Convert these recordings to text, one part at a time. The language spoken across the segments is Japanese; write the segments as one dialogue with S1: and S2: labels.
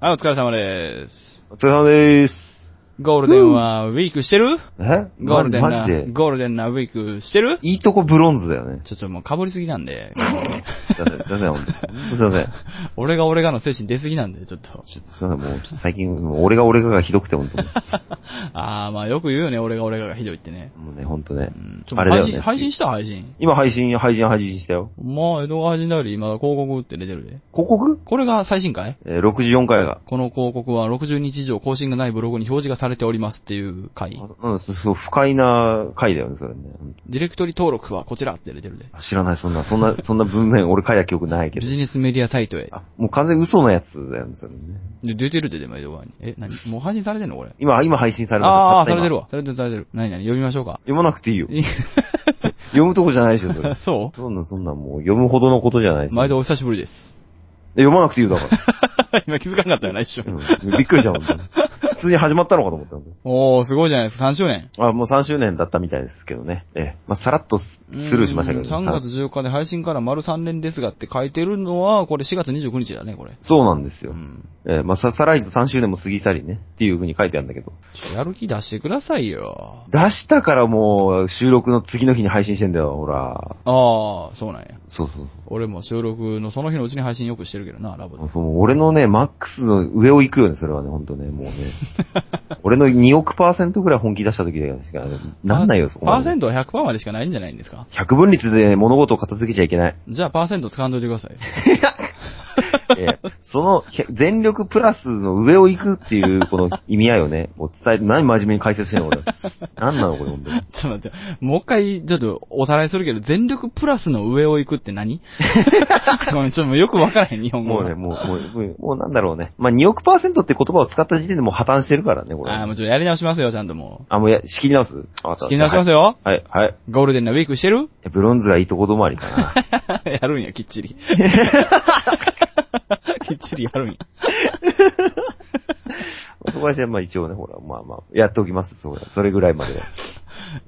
S1: はい、お疲れ様で
S2: お疲れ様でーす。
S1: す。ゴールデンはウィークしてる
S2: え
S1: ゴールデン
S2: マ
S1: な
S2: ジで、。
S1: ゴールデンなウィークしてる
S2: いいとこブロンズだよね。
S1: ちょっともう被りすぎなんで。
S2: すいません、すいません、ほんと。すいません。
S1: 俺が俺がの精神出すぎなんで、ちょっと。
S2: ちょっとすいません、もう、最近、もう俺が俺ががひどくて、ほんと。も
S1: あー、まあよく言うよね、俺が俺ががひどいってね。
S2: うね、ほんとね
S1: うん。ちょっと
S2: あれだ
S1: 配
S2: よ
S1: 信、
S2: ね。
S1: 配信した配信。
S2: 今配信、配信、配信したよ。
S1: まあ、江戸川配信だより今広告打って出てるで。
S2: 広告
S1: これが最新回
S2: えー、64回が。
S1: この広告は60日以上更新がないブログに表示がされておりますっていう回。
S2: うん、そう、そう不快な回だよね、それね。うん
S1: ディレクトリ登録はこちらって出てるで。
S2: 知らない、そんな、そ んな、そんな文面、俺書いた記憶ないけ
S1: ビ
S2: ど。
S1: ジネスメディアサイトへ。
S2: あ、もう完全に嘘のやつだよね、それね。
S1: で出てるで、でも江戸川に。え、何もう配信されてんのこれ。
S2: 今、今配信されました
S1: ああ、
S2: た
S1: さ
S2: っ
S1: れ
S2: た今
S1: てるわ。されてる、されてる。何何読みましょ うか。
S2: 読まなくていいよ。読むとこじゃないでしょ、それ。
S1: そ
S2: そんな、そんな、もう読むほどのことじゃないで
S1: う
S2: す。
S1: 毎度お久しぶり です。
S2: え読まなくていいよ、だから。
S1: 今気づかなかったよな、一瞬。
S2: うんびっくりしたもん。普通に始まったのかと思ったんだ
S1: おー、すごいじゃないですか、3周年。
S2: あ、もう3周年だったみたいですけどね。ええ。まあ、さらっとススルーしましたけどね。
S1: 3月14日で配信から丸3年ですがって書いてるのは、これ4月29日だね、これ。
S2: そうなんですよ。
S1: うん。
S2: ええ、まあ、さ、さらに3周年も過ぎ去りね。っていう風に書いてあるんだけど。
S1: ちょやる気出してくださいよ。
S2: 出したからもう、収録の次の日に配信してんだよ、ほら。
S1: あー、そうなんや。
S2: そうそう
S1: 俺も収録のその日のうちに配信よくしてるけどな、ラボで
S2: そう。。そう俺のね、マックスの上を行くよね、それはね、ほんとね、もうね。 俺の2億パーセントぐらい本気出した時だよ、しか。なんないよ、そこ
S1: パ
S2: ま
S1: ー
S2: で
S1: セントは100%までしかないんじゃないんですか
S2: 100分率で物事を片付けちゃいけない。
S1: じゃあ、パーセント掴んどいてください。
S2: ええそのひ全力プラスの上を行くっていうこの意味合いをね、もう伝えて、何真面目に解説してんの俺。何なのこれ本当
S1: ち
S2: に。
S1: ょっと待って、もう一回、ちょっとおさらいするけど、全力プラスの上を行くって何 ごめん、ちょっともうよくわからへん、日本語
S2: もう
S1: が。
S2: ね、もう、もう、もうもうなんだろうね。まあ、2億パーセントって言葉を使った時点でもう破綻してるからね、これ。
S1: ああ、も
S2: あ、
S1: うちょっとやり直しますよ、ちゃんとも
S2: もうや、仕切り直す
S1: う。仕切り直します。よ。
S2: はい、はいはい。
S1: ゴールデンなウィークしてる
S2: えブロンズがいいとこ止まりかな。
S1: やるんや、きっち り。きっちりやるんや。
S2: そこら辺はまあ一応ね、ほら、まあまあ、やっておきます、そうだそれぐらいまでは。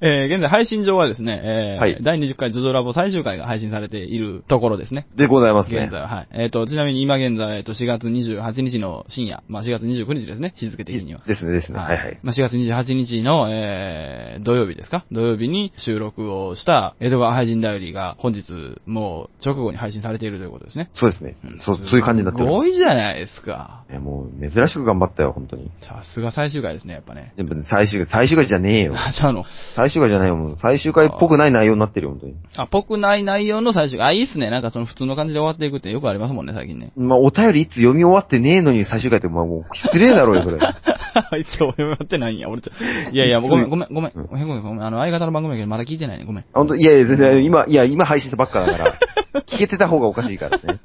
S1: えー、現在配信上はですね、えー
S2: はい
S1: 第20回ジョジョラボ最終回が配信されているところですね。
S2: でございますね
S1: 現在。は、はい。えっ、と、ちなみに今現在、えっ、と、4月28日の深夜、まあ4月29日ですね、日付的には。
S2: ですね、ですね。はいはい。
S1: まあ、4月28日の、えー、土曜日ですか土曜日に収録をした江戸川配信ダイオリーが本日もう直後に配信されているということですね。
S2: そうですね。そう、そういう感じになって
S1: す
S2: おりま
S1: ご
S2: す。
S1: いじゃないですか。
S2: えもう、珍しく頑張ったよ、本当に。
S1: さすが最終回ですね、やっぱね。
S2: やっぱね最終回、最終回じゃねえよ。
S1: あ、じゃああの、
S2: 最終回じゃないよ、もう。最終回っぽくない内容になってるよ、本当に。
S1: あ、ぽくない内容の最終回。あ、いいっすね。なんかその普通の感じで終わっていくってよくありますもんね、最近ね。
S2: まあ、お便りいつ読み終わってねえのに最終回って、まあ、もう失礼だろう よ、それ。
S1: あいつ俺もやってないんや、俺ちょ。いやいや、もうごめん、ごめん、ごめん。ごめん、ごめん、ごめん。あの、相方の番組やけどまだ聞いてないね、ごめん。
S2: 本当いやいや、全然、今、いや、今配信したばっかだから、聞けてた方がおかしいからね。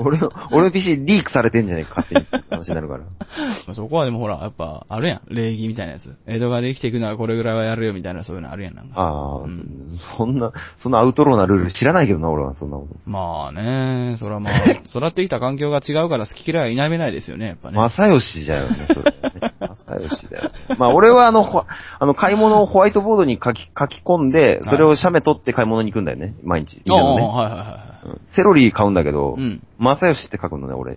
S2: 俺の、俺の PC リークされてんじゃねえか、勝手にって話になるから。
S1: まあそこはでもほら、やっぱ、あるやん。礼儀みたいなやつ。江戸川で生きていくのはこれぐらいはやるよみたいな、そういうのあるやん、なんか。
S2: ああ、
S1: うん
S2: そんな、そんなアウトローなルール知らないけどな、俺は、そんなこ
S1: まあね、そらまあ、 育ってきた環境が違うから好き嫌いは否めないですよね、やっぱ
S2: と。
S1: ね。
S2: 正義じゃよね、それ、ね。正義だよ、ね。まあ、俺はあの、ほあの、買い物をホワイトボードに書き、書き込んで、それを写メ取って買い物に行くんだよね、毎日。
S1: あ
S2: 店
S1: あ、
S2: のね。
S1: はいはいは
S2: うんセロリ買うんだけど
S1: い。う、ん。
S2: 正義って書くのね、俺。
S1: あ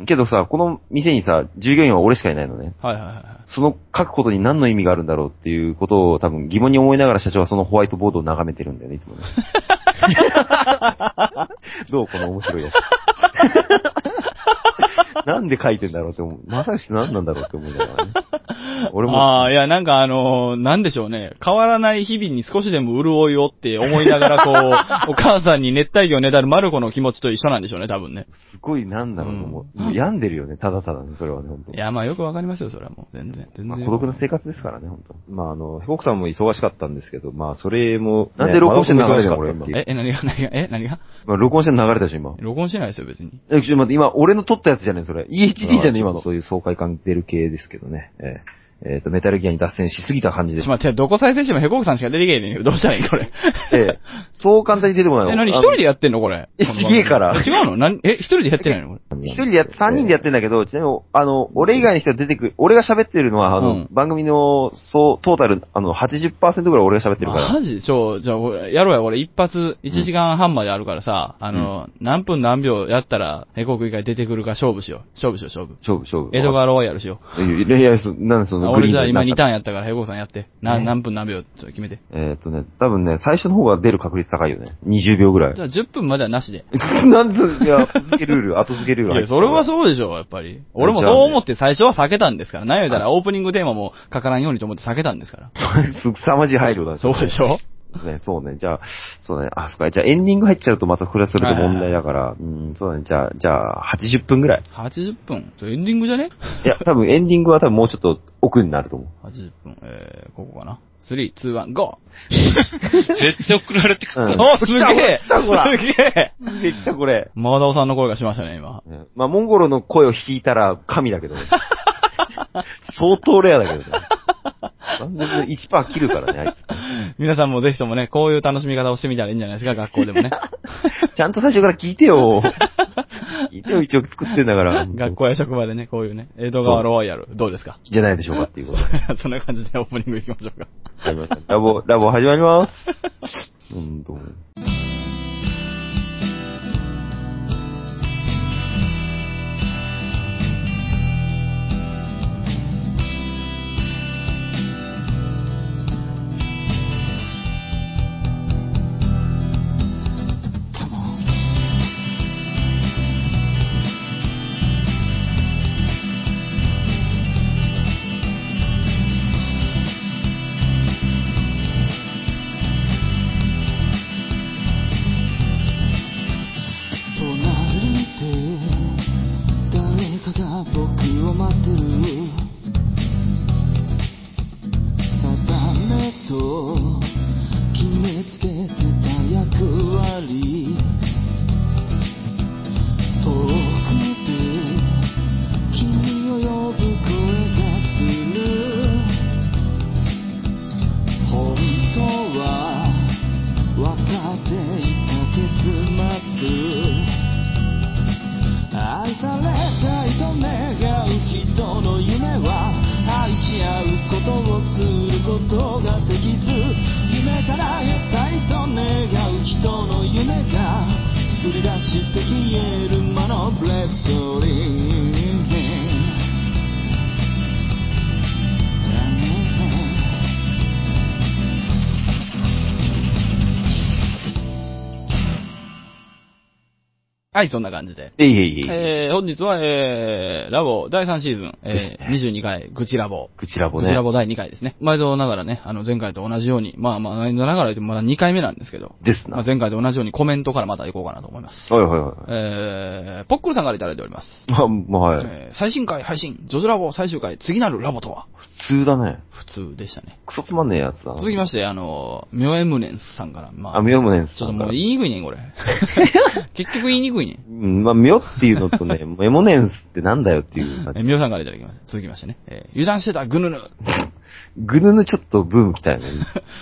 S1: あ、
S2: けどさ、この店にさ、従業員は俺しかいないのね。
S1: はいはいは
S2: その書くことに何の意味があるんだろうっていうことを多分疑問に思いながら社長はそのホワイトボードを眺めてるんだよね、いつもね。どうこの面白いやつ。なんで書いてんだろうって思う。まさしって何なんだろうって思いながらね。
S1: い。
S2: 俺も、
S1: ああ、いや、なんかあのーなんでしょうね。変わらない日々に少しでも潤いをって思いながら、こう、お母さんに熱帯魚をねだるマルコの気持ちと一緒なんでしょうね、多分ね。
S2: すごいなんだろう、もう、もう病んでるよね、ただただね、それはね、本当
S1: いや、まあよくわかりますよ、それはもう。全然。全
S2: まあ、
S1: 然。
S2: 孤独な生活ですからね、本当
S3: まあ、あの、ヘコクさんも忙しかったんですけど、まあ、それも、
S2: なんで録音してんの
S3: まだ僕も忙しかったっていう
S1: え、え、何が、何が、 え、何が
S2: まあ、録音してるの流れたし、今。
S1: 録音してないですよ、別に。
S2: え、ちょ、待って、今、俺の撮ったやつじゃねえ、それ。EHD じゃねえ、今の。
S3: そういう爽快感出る系ですけどね。えええっ、と、メタルギアに脱線しすぎた感じで
S1: ちょ、待って、どこ再生してもヘコークさんしか出てけえねんけど、どうしたらいいこ れ。
S2: ええ。
S3: そう簡単に出てこないの
S1: え、何一
S3: あ
S1: 人でやってんのこれ。
S2: え
S1: この番組
S2: 家から
S1: 違うの何 え、一人でやってないのこれ。
S2: 一人でやって、三人でやってんだけど、ちなみに、あの、俺以外の人が出てくる、俺が喋ってるのは、あの、
S1: うん
S2: 番組の、そう、トータル、あの、80%ぐらい俺が喋ってるから。
S1: マジちょ、じゃあ、俺やろうや、俺一発、一時間半まであるからさ、あの、何分何秒やったら、ヘコーク以外出てくるか勝負しよう。勝負しよう、勝負。
S2: 勝負、勝負
S1: 江戸川ロワイヤルしよ。
S2: いやいや、そなんでそうの、
S1: あ
S2: グ
S1: 俺
S2: リーン
S1: じゃあ今
S2: に
S1: 2
S2: な
S1: ターンやったから、ヘコークさんやって。な、
S2: ね
S1: 何分何秒、ちょっと決めて。
S2: えーっとね、多分ね、最初の方が出る確率高いよね。20秒ぐらい
S1: じ。ゃあ10分まではなしで。
S2: なんつ、いや、後付けルール、後付けルー
S1: い
S2: ル入っ
S1: や、
S2: てた。
S1: それはそうでしょ、やっぱり。俺もそう思って最初は避けたんですから。なんやったらオープニングテーマも書かないようにと思って避けたんですから。
S2: すさまじい配慮だね。
S1: そうでしょ
S2: ね、そうね。じゃあ、そうね。あ、そっか。じゃあ、エンディング入っちゃうとまたこれはそれで問題だから。うん、そうだね。じゃあ、じゃあ、80分ぐらい。
S1: ?80 分。それエンディングじゃね
S2: いや、多分エンディングは多分もうちょっと奥になると思う。
S1: ?80 分。えー、ここかな。3、2、1、GO!
S4: 絶対送られてく
S2: う
S4: る。
S2: ん
S1: お、すげえ
S2: 来たほら
S1: すげえ
S2: できたこれ。
S1: マダオさんの声がしましたね、今。
S2: ねまあ、モンゴロの声を引いたら神だけどね。相当レアだけどね。完全に1%切るからね、あ
S1: 皆さんもぜひともね、こういう楽しみ方をしてみたらいいんじゃないですか、学校でもね。
S2: いつ。ちゃんと最初から聞いてよ。聞いてよ、一応作ってんだから。
S1: 学校や職場でね、こういうね、江戸川ロワイヤル、どうですか
S2: じゃないでしょうかっていうことで。
S1: そんな感じでオープニング行きましょうか。
S2: わかりましたラボ、ラボ始まります。うんと。
S5: 隣で誰かが僕を待ってる定めと決めつけてた役割遠くで君を呼ぶ声がする本当は分かっていた結末愛されたいと願う人の夢は愛し合うことをすることができず夢から得たいと願う人の夢が振り出して消える魔のブレッドリー
S1: はい、そんな感じで。
S2: いえいえいえ。
S1: えー、本日は、えー、ラボ第3シーズン、えー、22回、愚痴ラボ。
S2: 口ラボ
S1: 愚
S2: ね。
S1: 痴ラボ第2回ですね。毎度ながらね、あの、前回と同じように、まあまあ、毎度ながら言ってもまだ2回目なんですけど、
S2: です
S1: ま
S2: な。
S1: あ、
S2: はい
S1: 前回と同じようにコメントからまた行こうかなと思います。
S2: はいは
S1: えー、ポックルさんからいただいております。
S2: い。まあ、まあはい。
S1: えー最新回配信、ジョジョラボ最終回、次なるラボとは
S2: 普通だね。
S1: 普通でしたね。
S2: クソつまんねえやつだな。
S1: 続きまして、あの、ミョエムネンスさんから、まあ、
S2: あ、妙もねんす
S1: ちょっともう言いにくいねん、こ れ。結局言いにくいねん。
S2: うん、まあ、妙っていうのとね、メモネンスってなんだよっていう感
S1: えー、
S2: じ。
S1: ミョさんからいただきます。続きましてね。えー油断してた、グヌヌ。
S2: ぐぬぬちょっとブーム来たよね。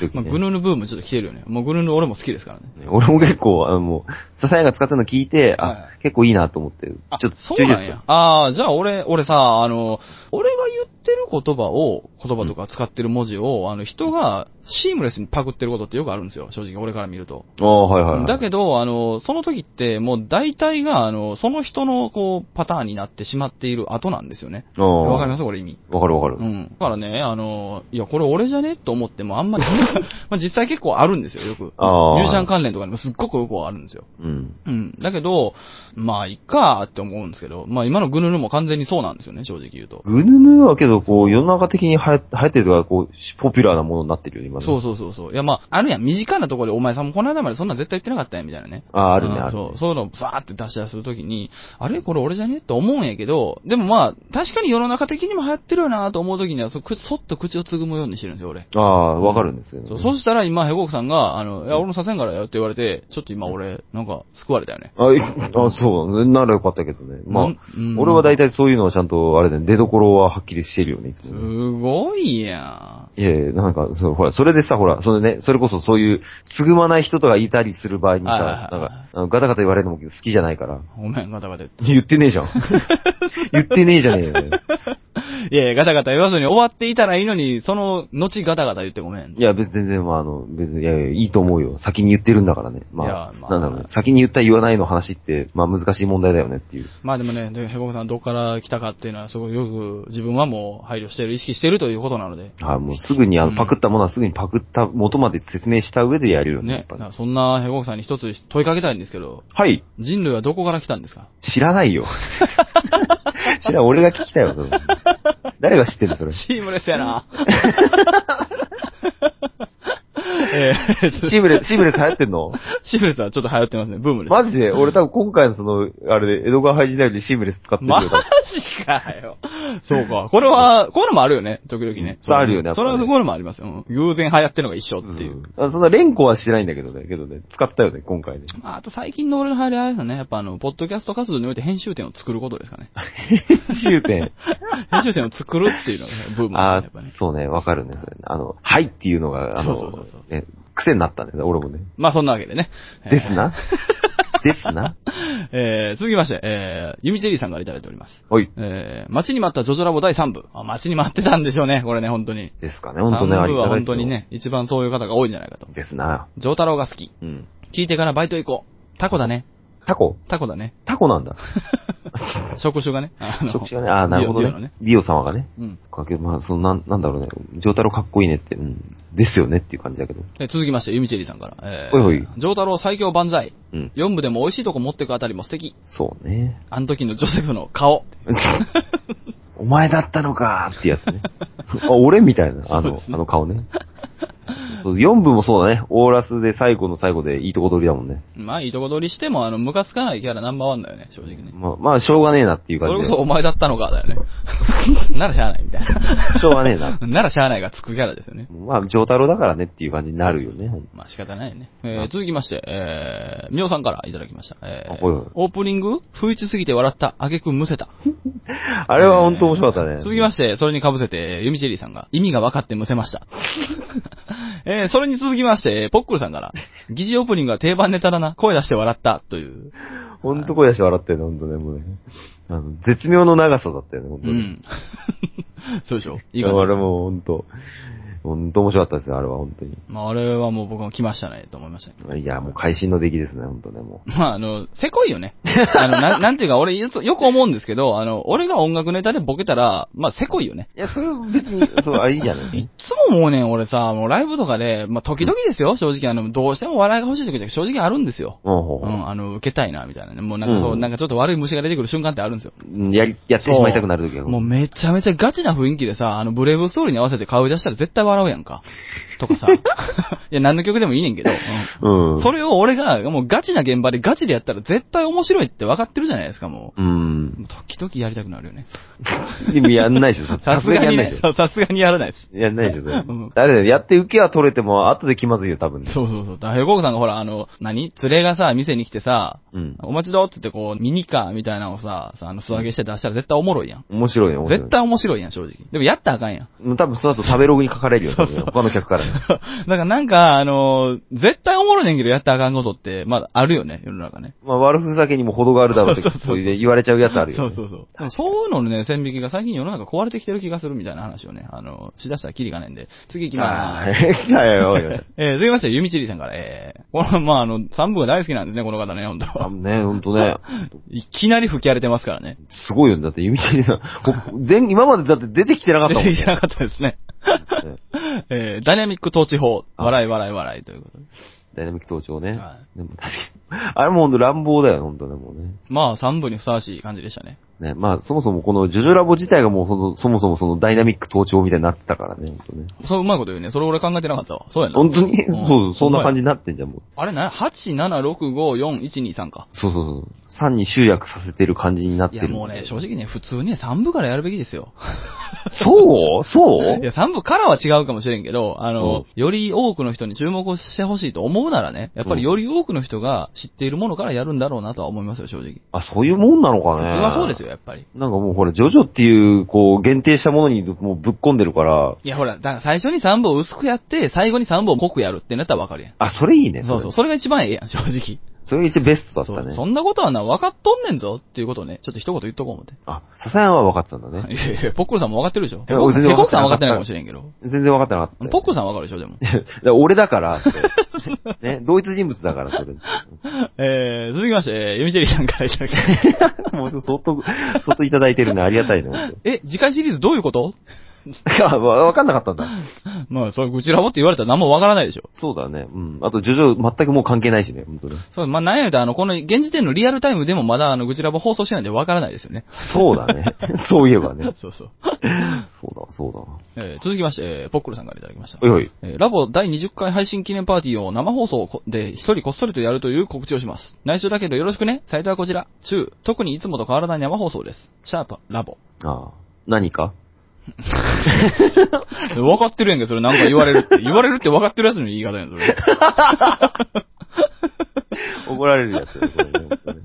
S2: 一 時
S1: まあ、
S2: ね
S1: グヌヌブームちょっと来てるよね。もうグヌヌ俺も好きですからね。
S2: 俺も結構、あの、もう、ささやが使ったの聞いて、あ、
S1: は
S2: 結構いいなと思って、ちょ
S1: あ
S2: っと、
S1: そうなんや。ああ、じゃあ俺、俺さ、あの、俺が言ってる言葉を、言葉とか使ってる文字を、あの、人がシームレスにパクってることってよくあるんですよ。正直俺から見ると。
S2: ああ、はいはいはい。
S1: だけど、あの、その時って、もう大体が、あの、その人の、こう、パターンになってしまっている後なんですよね。
S2: ど、
S1: わかりますすこれ意味。
S2: わかるわかる。
S1: うん。だからね、あの、いや、これ俺じゃねと思っても、あんまり、 まあ実際結構あるんですよ、よく。
S2: ああ
S1: ミュージシャン関連とかにもすっごくよくあるんですよ。
S2: うん。
S1: うん。だけど、まあ、いっかーって思うんですけど、まあ今のグヌヌも完全にそうなんですよね、正直言うと。
S2: ぐぬぬはけど、こう、世の中的に流行流行ってるとか、こう、ポピュラーなものになってるよね、今ね。
S1: そうそうそうそう。いや、まあ、あるやん。身近なところで、お前さんもこの間までそんなん絶対言ってなかったやん、みたいなね。
S2: ああ、あるね、
S1: うん
S2: あるね。
S1: そう、そういうのをバーって出し出するときに、あれこれ俺じゃねって思うんやけど、でもまあ、確かに世の中的にも流行ってるよなと思うときにはそ、くそっと口をつぐむようにしてるんですよ、俺。
S2: ああ、わかるんですよ、ね。
S1: そう、そしたら今、ヘゴクさんが、あの、いや、俺もさせんからよって言われて、ちょっと今俺、なんか、救われたよね。
S2: あ、いあそう。ならよかったけどね。まあ
S1: うんうん、
S2: 俺は大体そういうのはちゃんと、あれだね、出所ははっきりしてるよね、いつ
S1: す
S2: もね。
S1: ごいや
S2: いやいや、なんか、そう、ほら、それでさ、ほら、それね、それこそそういう、つぐまない人とかいたりする場合に
S1: はい
S2: さ、
S1: はい
S2: なん
S1: はい
S2: かあの、ガタガタ言われるのも好きじゃないから。
S1: ん。ごめん、ガタガタ言って。
S2: 言ってね えじゃん。言ってねえじゃねえよね。
S1: いやいや、ガタガタ言わずに終わっていたらいいのに、その、後ガタガタ言ってごめん
S2: い。や、別に全然、まあ、あの、別に、いやいや、いいと思うよ。先に言ってるんだからね。
S1: い
S2: まあ
S1: や、まあ
S2: なんだろうね。先に言った言わないの話って、まあ、難しい問題だよねっていう。
S1: まあでもね、でヘゴクさんどっから来たかっていうのは、すごいよく自分はもう配慮してる、意識してるということなので。
S2: あもうすぐに、あ
S1: うん
S2: の、パクったものはすぐにパクった元まで説明した上でやるよね。やっ
S1: ね、
S2: ぱ
S1: だからそんなヘゴクさんに一つ問いかけたいんですけど、
S2: はい。
S1: 人類はどこから来たんですか
S2: 知らな いよ。知らない。俺が聞きたいわ、それ誰が知ってる、それ。
S1: シームレスやな。 えー
S2: シーブレス、シーブレス流行ってんの
S1: シームレスはちょっと流行ってますね。ブームです。
S2: マジで俺多分今回のその、あれで、江戸川廃人代理でシーブレス使ってるよ
S1: マジ
S2: 多分。
S1: かよ。そうか。これは、こういうのもあるよね、時々ね。
S2: そうあるよねやっ
S1: そ
S2: ぱ
S1: れ
S2: ね
S1: はこういうのもありますよ。うん偶然流行ってるのが一緒っていう。
S2: あそんな連呼はしてないんだけどね、けどね、使ったよね、今回ね。
S1: まあ、あと最近の俺の流行りはあれですよね。やっぱあの、ポッドキャスト活動において編集点を作ることです かね。
S2: 終点。
S1: 編集点を作るっていうのがブーム
S2: あ
S1: ですね、やっぱね。
S2: そうね、わかるね、それね。あの、はいっていうのが、あ
S1: そうそう
S2: の
S1: そう、
S2: ね癖になったね、俺もね。
S1: まあそんなわけでね。
S2: で すな。 ですな。
S1: えー、続きまして、えー、ゆみちりさんからいただいております。
S2: はい。
S1: えー、待ちに待ったジョジョラボ第3部。あ、待ちに待ってたんでしょうね、これね、本当に。
S2: ですかね、本当
S1: 3部
S2: ね、
S1: は
S2: あり
S1: 本
S2: がた
S1: 当
S2: いですよ
S1: に。ね、一番そういう方が多いんじゃないかと。
S2: ですな。
S1: ジョータロウが好き。
S2: うん。
S1: 聞いてからバイト行こう。タコだね。
S2: タコ
S1: タコだ ね。
S2: タコ なんだ。
S1: 職種がね。あの
S2: 職種がね、ああ、なるほど
S1: ディオディオの
S2: ね
S1: ね。
S2: ディオ様がね。
S1: うん。
S2: かけまあ、そのなん、なんだろうね。ジョータロかっこいいねって、うん。ですよねっていう感じだけど。
S1: え続きまして、ゆみちりさんから。え
S2: ほいほい
S1: ジョータロウ最強万歳。
S2: うん。
S1: 4部でも美味しいとこ持ってくあたりも素敵。
S2: そうね。
S1: あの時のジョセフの顔。
S2: お前だったのかーってやつね。 あ、俺みたいな、あ
S1: そう
S2: の
S1: で、す
S2: あ
S1: ね
S2: の顔ね。そう4部もそうだね。オーラスで最後の最後でいいとこ取りだもんね。
S1: まあ、いいとこ取りしても、あの、ムカつかないキャラナンバーワンだよね、正直ね。
S2: まあ、まあ、しょうがねえなっていう
S1: そ
S2: 感
S1: れ
S2: じ
S1: こ
S2: で。
S1: そお前だったのか、だよね。 ならしゃあない、みたい な。
S2: しょうがねえな。
S1: ならしゃあないがつくキャラですよね。
S2: まあ、ジョータロだからねっていう感じになるよね。
S1: まあ仕方ないよね。えー続きまして、えー、みおさんからいただきました。え
S2: あ
S1: ー
S2: おいおい
S1: オープニング不一致すぎて笑った、あげくんむせた。
S2: あれは本当面白かったね。
S1: 続きまして、それに被せて、ゆみちりさんが、意味が分かってむせました。 えー、それに続きまして、ポックルさんから、疑似オープニングは定番ネタだな、声出して笑った、という。
S2: ほんと声出して笑ってるの、ほんとね、もうね。あの、絶妙の長さだったよね、ほんと
S1: う
S2: に。
S1: ん。 そうでしょい
S2: い
S1: い
S2: や、
S1: か
S2: あれもほんと、ほんと面白かったですね、あれはほんとに。
S1: まあ、あれはもう僕も来ましたね、と思いましたね。
S2: いや、もう会心の出来ですね、ほんとね、も
S1: まあ、あの、せこいよね。あの、なん、なんていうか、俺、よよく思うんですけど、あの、俺が音楽ネタでボケたら、まあ、せこいよね。
S2: う。いや、それは別 に、そう、あれいいじゃない
S1: いつも思うねん、俺さ、もうライブとかで、まあ、時々ですよ、正直、あの、どうしても笑いが欲しい時って正直あるんですよ。
S2: うん、ほう
S1: う、
S2: ほうん
S1: あの、受けたいな、みたいなね。もうなんかそう、
S2: うん
S1: なんかちょっと悪い虫が出てくる瞬間ってあるんですよ。
S2: うん。やり、やってしまいたくなる時は。
S1: もうめちゃめちゃガチな雰囲気でさ、あの、ブレイブストーリーに合わせて顔出したら絶対笑うやんか。と かさ。いや、何の曲でもいいねんけど。うん
S2: うん。
S1: それを俺が、もうガチな現場でガチでやったら絶対面白いって分かってるじゃないですか、もう。
S2: うん。
S1: 時々やりたくなるよね。
S2: でもやんないでし ょ、さ
S1: さ
S2: す
S1: す
S2: がに
S1: が
S2: やん
S1: に
S2: ないで
S1: ね
S2: し、ょ。
S1: そうさすがにやらないです。
S2: やんないでしょ、それ
S1: うん
S2: あれだよやって受けは取れても、後で気まずいよ、多分。
S1: そうそうそう。だから、ヘコークさんがほら、あの、何連れがさ、店に来てさ、
S2: うん。
S1: お待ちどってってこう、ミニカーみたいなのをさ、さあの、素揚げして出したら絶対おもろいやん。
S2: 面白いね、面白い。
S1: 絶対面白いやん、正直。でもやったらあかんやん。
S2: うん。多分その後食べログに書かれるよ、多分他の客からね。
S1: だからなんか、あのー絶対おもろいねんけどやったらあかんことって、まだあるよね、世の中ね。
S2: まあ、悪ふざけにも程があるだろうって、そういうね言われちゃうやつある
S1: そ
S2: よ
S1: う
S2: ね。
S1: そうそう。でもそういうののね、線引きが最近世の中壊れてきてる気がするみたいな話をね、あのーしだしたらキリがないんで、次行きま
S2: あ
S1: ーす。
S2: ーはいはい、わかりました。
S1: えー、続きまして、ゆみちりさんから、えー、この、まあ、あの、3部が大好きなんですね、この方ね、ほんと。
S2: あね、ほんとね。
S1: いきなり吹き荒れてますからね。
S2: すごいよね。だって、ゆみちゃんさん、ほ全、今までだって出てきてなかったもん
S1: 出てき
S2: ね。
S1: てなかったですね。 えー、ダイナミック統治法、笑い笑い笑いということで。
S2: ダイナミック登場ね
S1: は。
S2: でも確かに。あれもほんと乱暴だよね、ほんとね、もうね。
S1: まあ、3部にふさわしい感じでしたね。
S2: ねね。まあ、そもそもこのジョジョラボ自体がもうその、そもそもそのダイナミック盗聴みたいになってたからね、ほんとね。
S1: そう、うまいこと言うね。それ俺考えてなかったわ。そうやな。
S2: 本当に、
S1: うん
S2: そう、そんな感じになってんじゃん、もう。
S1: あれな、8765412か。
S2: そうそうそう。3に集約させてる感じになっ
S1: い
S2: て
S1: や、
S2: る。
S1: もうね、正直ね、普通ね、3部からやるべきですよ。
S2: そうそ
S1: いうや、3部からは違うかもしれんけど、あ
S2: う
S1: の
S2: ん、
S1: より多くの人に注目をしてほしいと思うならね、やっぱりより多くの人が知っているものからやるんだろうなとは思いますよ、正直。
S2: あ、そういうもんなのか
S1: 普
S2: ね。
S1: 通はそうですよ、やっぱり。
S2: なんかもうほら、ジョジョっていう、こう、限定したものにもうぶっ込んでるから、
S1: いや、ほら、だから最初に3部を薄くやって、最後に3部を濃くやるってなったらわかるやん。
S2: あ、それいいね。
S1: そうそう、
S2: そ
S1: それが一番ええやん、 正直。
S2: れそれが一番ベストだ
S1: そ
S2: った
S1: う
S2: ね。
S1: そんなことはな、分かっとんねんぞっていうことをね、ちょっと一言言っとこう思って。
S2: あ、笹山は分かってたんだね。
S1: いやいや、ポックルさんも分かってるでしょ。
S2: いや俺全然
S1: ペコックさんは分
S2: 分
S1: か
S2: か
S1: っ
S2: ってて
S1: ない
S2: ない
S1: かもしれんけど。
S2: 全然分かってなかったよ。
S1: ポックルさんは分かるでしょ、でも。
S2: だから俺だから、それね、同一人物だから、それ。
S1: えー、続きまして、えーユミチェリーさんからいただきました
S2: もう相当、相当いただいてるね、ありがたいね。本
S1: え、次回シリーズどういうこと
S2: 当あわ分かんなかったんだ。
S1: まあ、それ、愚痴ラボって言われたら何もわからないでしょ。
S2: そうだね。うん。あと、ジョジョ全くもう関係ないしね、本当に。
S1: そう、まあ、なんや言うたら、あの、この、現時点のリアルタイムでもまだ、あの、愚痴ラボ放送してないんでわからないですよね。
S2: そうだ ね。そういえばね。
S1: そうそう。
S2: そうだ、そう
S1: えー続きまして、えーポックルさんからいただきました
S2: だ。。おいおい。
S1: えーラボ第20回配信記念パーティーを生放送で一人こっそりとやるという告知をします。内緒だけどよろしくね。サイトはこちら。中。特にいつもと変わらない生放送です。シャープ、ラボ。
S2: ああ。何か
S1: 分かってるやんけ、それなんか言われるって。言われるって分かってるやつの言い方やん、それ。
S2: 怒られるやつだよこれね本当ね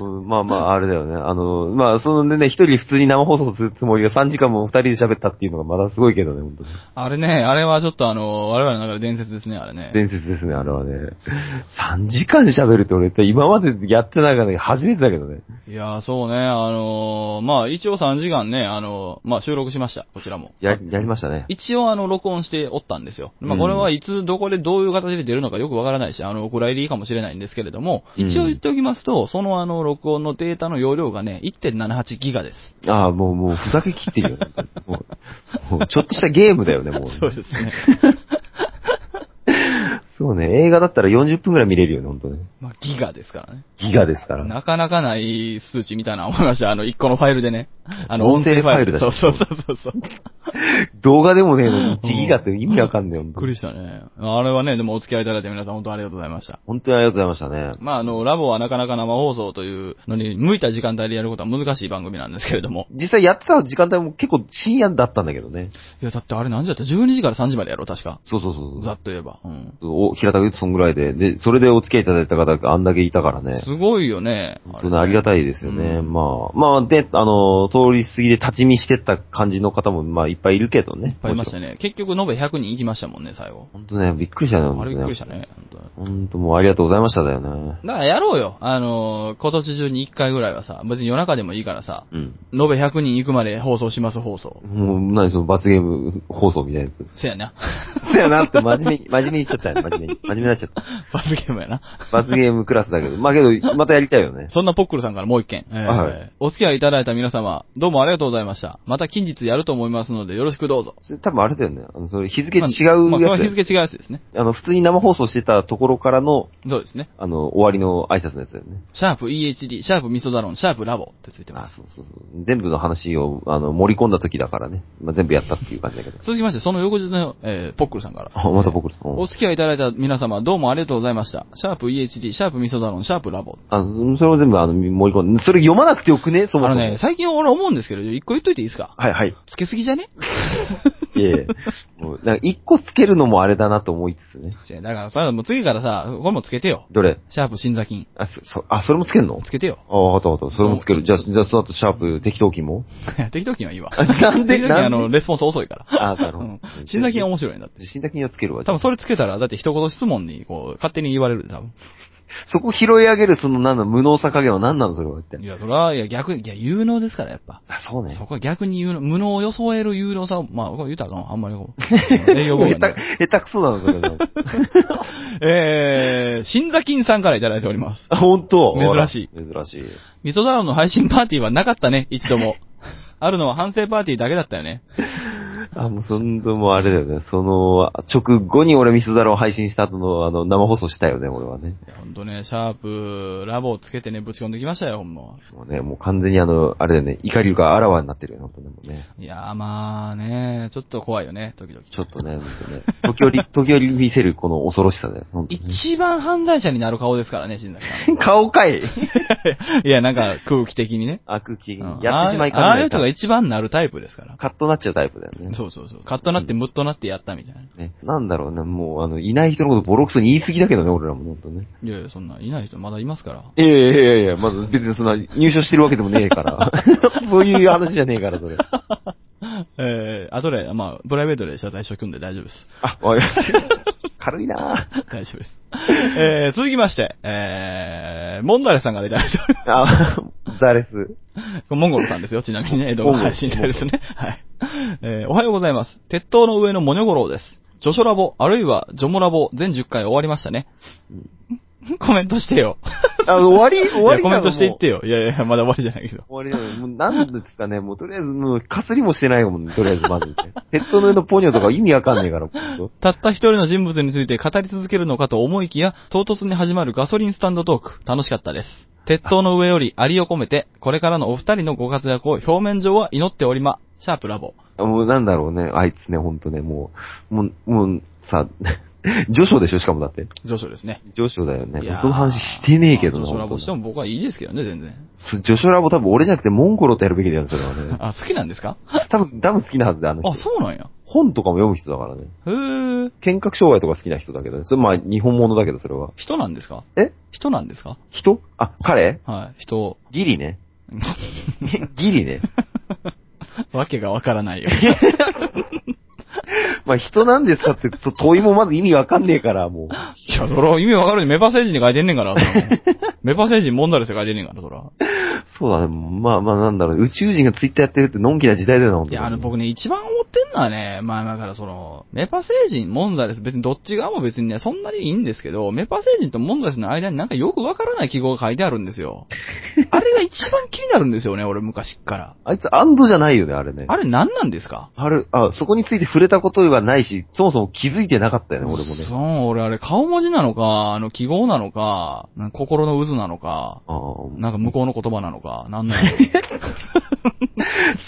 S2: うんまあまあ、あれだよね。あの、まあ、そのね、一人普通に生放送するつもりが3時間も二人で喋ったっていうのがまだすごいけどね、本当に。
S1: あれね、あれはちょっとあの、我々の中で伝説ですね、あれね。
S2: 伝説ですね、あれはね。3時間喋るって俺って今までやってないからね、初めてだけどね。
S1: いやー、そうね、あのーまあ、一応3時間ね、あのーまあ、収録しました、こちらも。
S2: や、やりましたね。
S1: 一応、あの、録音しておったんですよ。まあ、
S2: うん
S1: これはいつ、どこでどういう形で出るのかよくわからないし、あの、お蔵入りかもしれないんですけれども、
S2: うん
S1: 一応言っておきますと、そのあの、録音のデータの容量がね、1.78ギガです。
S2: ああ、もう、もう、ふざけきっ てるよ、ね。もう、もうちょっとしたゲームだよね、もう。
S1: そうですね。
S2: そうね、映画だったら40分くらい見れるよね、本当ね。
S1: まあ、ギガですからね。
S2: ギガですから。
S1: なかなかない数値みたいな思いました。あの、1個のファイルでね。あの、
S2: 音声ファイルだし
S1: そうそうそうそう。
S2: 動画でもね、1ギガって意味わかんねえよ、
S1: び
S2: 本
S1: っ
S2: 当
S1: くりしたね。あれはね、でもお付き合いいただいて皆さん本当ありがとうございました。
S2: 本当にありがとうございましたね。
S1: まあ、あの、ラボはなかなか生放送というのに、向いた時間帯でやることは難しい番組なんですけれども。
S2: 実際やってた時間帯も結構深夜だったんだけどね。
S1: いや、だってあれ何時だった ?12 時から3時までやろう、確か。
S2: そうそうそう
S1: ざっと言えば。うん。
S2: お、平たく言うとそんぐらいで。で、それでお付き合いいただいた方があんだけいたからね。
S1: すごいよね。
S2: 本当にありがたいですよね。
S1: うん
S2: まあ、まあ、で、あの、通り過ぎで立ち見してった感じの方も、まあ、いっぱいいるけどね。いっ
S1: いっぱいいましたね。結局、延べ100人行きましたもんね、最後。
S2: 本当ね、びっくりしたね。
S1: あれびっくりした
S2: ね。
S1: ね。本当に
S2: 本当もうありがとうございましただよね。
S1: だからやろうよ。あのー、今年中に1回ぐらいはさ、別に夜中でもいいからさ、
S2: うん。
S1: 延べ100人行くまで放送します放送。
S2: もう、何その罰ゲーム放送みたいなやつ。
S1: せやな。
S2: そうやなって真面目に、 真面目に言っちゃったよね。真面目に。真面目になっちゃった。
S1: 罰ゲームや な。
S2: 罰ゲームクラスだけど。まあけど、またやりたいよね。
S1: そんなポックルさんからもう一件。えー
S2: はい
S1: お付き合いいただいた皆様、どうもありがとうございました。また近日やると思いますので、よろしくどうぞ。
S2: それ多分あれだよね。あの、それ日付違うやつ
S1: まあ、
S2: だよ
S1: まあ、これは日付違うやつですね。
S2: あの、普通に生放送してたところからの、
S1: そうですね。
S2: あの、終わりの挨拶のやつだよね。
S1: シャープ EHD、シャープミソダロン、シャープラボってついてま
S2: あ、
S1: す。
S2: そうそうそう。全部の話を、あの、盛り込んだ時だからね。まあ、全部やったっていう感 じだけど。
S1: 続きまして、その翌日の、えーポックルさんから。
S2: あ、また僕、う
S1: お
S2: ん
S1: 付き合いいただいた皆様、どうもありがとうございました。シャープ EHD、シャープミソダロン、シャープラボ。
S2: あの、それを全部、あの、盛り込んで、それ読まなくてよくねそも
S1: あ
S2: そ
S1: の
S2: も。
S1: ね、最近俺思うんですけど、一個言っといていいですか
S2: はいはい。
S1: つけすぎじゃ ね
S2: ええ。もうなんか一個つけるのもあれだなと思いつつね。
S1: 違うだからさ、もう次からさ、これもつけてよ。
S2: どれ
S1: シャープ新座金。
S2: あ、そ、そ、あ、それもつけんの
S1: つけてよ。
S2: あ、わかったわかった。それもつける。じゃあ、じゃあ、その後、シャープ、適当 期も
S1: 適当金はいいわ。
S2: なんで
S1: 適当金
S2: なんで
S1: あの、レスポンス遅いから。
S2: あ、な
S1: う
S2: るほ
S1: ん
S2: ど。
S1: 新座金は面白いんだって。
S2: 死んだ金はつけるわ。
S1: 多分それつけたら、だって一言質問に、こう、勝手に言われるで、多分。
S2: そこ拾い上げる、その、なんだ、無能さ加減は何なの、それはって
S1: い。や、それは、いや、逆に、いや、有能ですから、やっぱ。
S2: あ、そうね
S1: そ。こは逆に有能、無能を装える有能さを、まあ、これ言うたらあかんわあんまり こう。営業語
S2: 下手
S1: がね、
S2: 下手くそなの、それは。
S1: えー、新座金さんからいただいております。
S2: あ、ほんと
S1: 珍しい
S2: い。珍しい。
S1: ミソダ ロンの配信パーティーはなかったね、一度も。あるのは反省パーティーだけだったよね。
S2: あ、もうそんともうあれだよね。その、直後に俺ミスザルを配信した後の、あの、生放送したよね、俺はね。
S1: ほんとね、シャープ、ラボをつけてね、ぶち込んできましたよ、ほんま。
S2: もうね、もう完全にあの、あれだよね、怒りがあらわになってるよね、本当にもうね。
S1: いやーまあね、ちょっと怖いよね、時々。
S2: ちょっとね、本当ね。時折、 時折見せるこの恐ろしさで、本当に。
S1: 一番犯罪者になる顔ですからね、新崎さん。
S2: 顔かい
S1: いや、なんか空気的にね。
S2: 悪気
S1: うん
S2: やってしまいか
S1: あああ
S2: ん
S1: あい
S2: な
S1: う
S2: い
S1: 人
S2: か
S1: が。一番なるタイプですから。
S2: カッとなっちゃうタイプだよね。
S1: そうそうそう。カッとなってムッとなってやったみたいな。
S2: ね。なんだろうね、もう、あの、いない人のことボロクソに言い過ぎだけどね、俺らも本当ね。
S1: いやいや、そんな、いない人まだいますから。
S2: いやいやいやいや、まず別にそんな入所してるわけでもねえから。そういう話じゃねえから、それ。
S1: えー、後で、まあ、プライベートで謝罪書組んで大丈夫です。
S2: あ、わかりました。軽いなぁ。
S1: 大丈夫です。えー、続きまして、えー、モンダレさんが出てられております
S2: あ、ザレス。
S1: これモンゴルさんですよ、ちなみにね、江戸の配信者ですね。 はい。えーおはようございます。鉄塔の上のモニョゴロウです。ジョショラボ、あるいはジョモラボ、全10回終わりましたね。 コメントしてよ。
S2: あ、終わり 終わ
S1: いや
S2: り
S1: コ
S2: な
S1: メ
S2: の
S1: ントしていって
S2: も
S1: よ。いやいや、まだ終わりじゃないけど
S2: う。終わりなのもうなんですかね、もうとりあえず、もう、かすりもしてないもんね、とりあえずまずね。ペットの上のポニョとか意味わかんねえから、ほんと
S1: たった一人の人物について語り続けるのかと思いきや、唐突に始まるガソリンスタンドトーク、楽しかったです。鉄塔の上よりありを込めて、これからのお二人のご活躍を表面上は祈っておりま。シャープラボ。
S2: あもうなんだろうね、あいつね、ほんとね、もう、もう、もう、さ、 上昇でしょ、しかもだって。
S1: ジョショですね。
S2: 上昇だよね
S1: いや。ー
S2: その話してねえけど
S1: ま
S2: な。
S1: あジョショラボ
S2: 本
S1: しても
S2: 当に
S1: 僕はいいですけどね、全然。
S2: すジョショラボ多分俺じゃなくてモンゴロってやるべきだよね、それはね。
S1: あ、好きなんですかあ、
S2: 多分、多分好きなはずで、あの人。
S1: そうなんや。
S2: 本とかも読む人だからね。
S1: へえ。
S2: 見学障害とか好きな人だけどね。それまあ、日本物だけど、それは。
S1: 人なんですか
S2: え
S1: 人なんですか
S2: 人あ、彼
S1: はい、人。
S2: ギ リね。ギリね。
S1: わけがわからないよ。
S2: まあ、人なんですかって、そ問いもまず意味わかんねえから、もう。
S1: いや、そら、意味わかるね。メパ星人に書いてんねんから、そら メパ星人モンダレスで書いてんねんから、そら。
S2: そうだね。まあまあ、なんだろう。宇宙人がツイッターやってるってのんきな時代だよな、本当
S1: い
S2: に
S1: や、あの、僕ね、一番思ってんのはね、まあ、だからその、メパ星人、モンダレス、別にどっち側も別にね、そんなにいいんですけど、メパ星人とモンダレスの間になんかよくわからない記号が書いてあるんですよ。 あれが一番気になるんですよね、俺昔っから。
S2: あいつ、アンドじゃないよね、あれね。
S1: あれ何なんですか
S2: あれ、あ、そこについて触れたことはないし、そもそも気づいてなかったよね、俺もね
S1: そ。う、俺あれ、顔文字なのか、あの、記号なのか、なんか心の渦なのか、
S2: あー
S1: なんか向こうの言葉なのか、なんなの か。い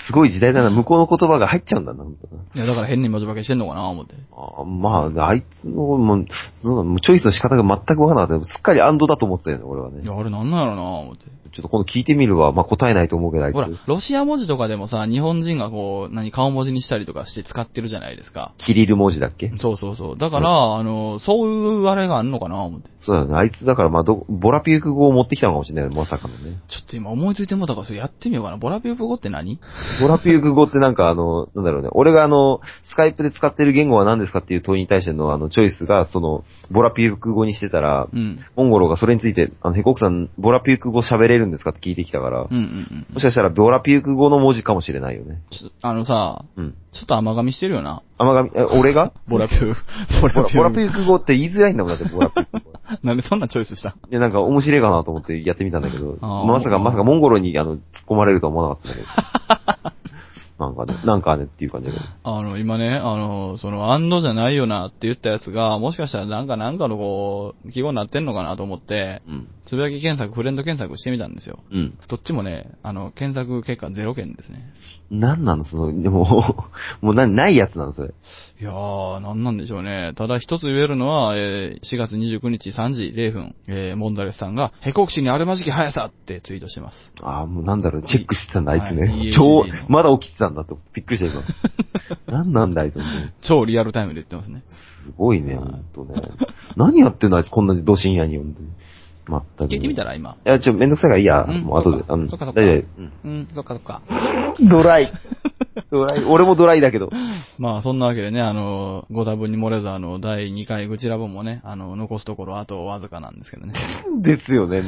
S2: すごい時代だな。向こうの言葉が入っちゃうんだな、本当な
S1: や、だから変に文字化けしてんのかな、思って。
S2: あーまあ、あいつの、もう、そのチョイスの仕方が全くわからなかった。すっかりアンドだと思ってたよね、俺はいね。
S1: や、あれなんなんやろな、思って。
S2: ちょっと今度聞いてみるわ。まあ答えないと思うけど、あいつ。
S1: ほら、ロシア文字とかでもさ、日本人がこう、何、顔文字にしたりとかして使ってるじゃないですか。
S2: キリル文字だっけ
S1: そうそうそう。だから、あの、そういうあれがあんのかな、思って。
S2: そうだよね。あいつだから、まあど、ボラピューク語を持ってきたのかもしれない。まさかのね。
S1: ちょっと今思いついてもうたから、それやってみようかな。ボラピュープ語って何
S2: ボラピューク語ってなんかあの、なんだろうね。俺があの、スカイプで使ってる言語は何ですかっていう問いに対してのあの、チョイスが、その、ボラピューク語にしてたら、
S1: うん。
S2: モンゴロがそれについて、あの、ヘコクさん、ボラピューク語喋れるんですかって聞いてきたから、
S1: うんうんうん。
S2: もしかしたらボラピューク語の文字かもしれないよね。
S1: ちょあのさ、
S2: うん。
S1: ちょっと甘噛みしてるよな。
S2: 甘神、え、俺が
S1: ボラピュー。ボ
S2: ボ
S1: ラ
S2: ラ
S1: ピュー。
S2: ボラピューク語って言いづらいんだもん、だってボラピュ ーク語。
S1: なんでそんなチョイスした
S2: で、なんか面白いかなと思ってやってみたんだけど、
S1: あー
S2: まさか、まさかモンゴロにあの、突っ込まれるとは思わなかったんだ けど。なんかね、なんかねっていう感じだけど。
S1: あの、今ね、あの、その、アンドじゃないよなって言ったやつが、もしかしたらなんかなんかのこう、記号になってんのかなと思って、
S2: うん。
S1: つぶやき検索、フレンド検索してみたんですよ。
S2: うん。
S1: どっちもね、あの、検索結果0件ですね。
S2: なんなのその、でも、 もうな、ないやつなのそれ。
S1: いやー、なんなんでしょうね。ただ一つ言えるのは、えー4月29日3時0分、えーモンダレスさんが、ヘコクシにあるまじき速さってツイートしてます。
S2: ああ、もうなんだろう、チェックしてたんだ、あいつ
S1: はい
S2: ね。超
S1: EAG、
S2: まだ起きてたんだって、びっくりした今。なんなんだ、あいつも。
S1: 超リアルタイムで言ってますね。
S2: すごいね、ほんとね。何やってんの、あいつこんなにど深夜に、ほんとに。まったく。
S1: 聞いてみた
S2: ら
S1: ら、今。
S2: いや、ちょ、めんどくさいからいいや。
S1: うん
S2: もう後
S1: そっ
S2: で。
S1: か
S2: あの、
S1: そっかそっか
S2: 大丈夫。うん
S1: うん、そっかそっか。
S2: ドライ。 ドライ。俺もドライだ けど。
S1: まあ、そんなわけでね、あの、ご多分に漏れず、あの、第2回愚痴ラボもね、あの、残すところあとわずかなんですけどね。
S2: ですよね。うん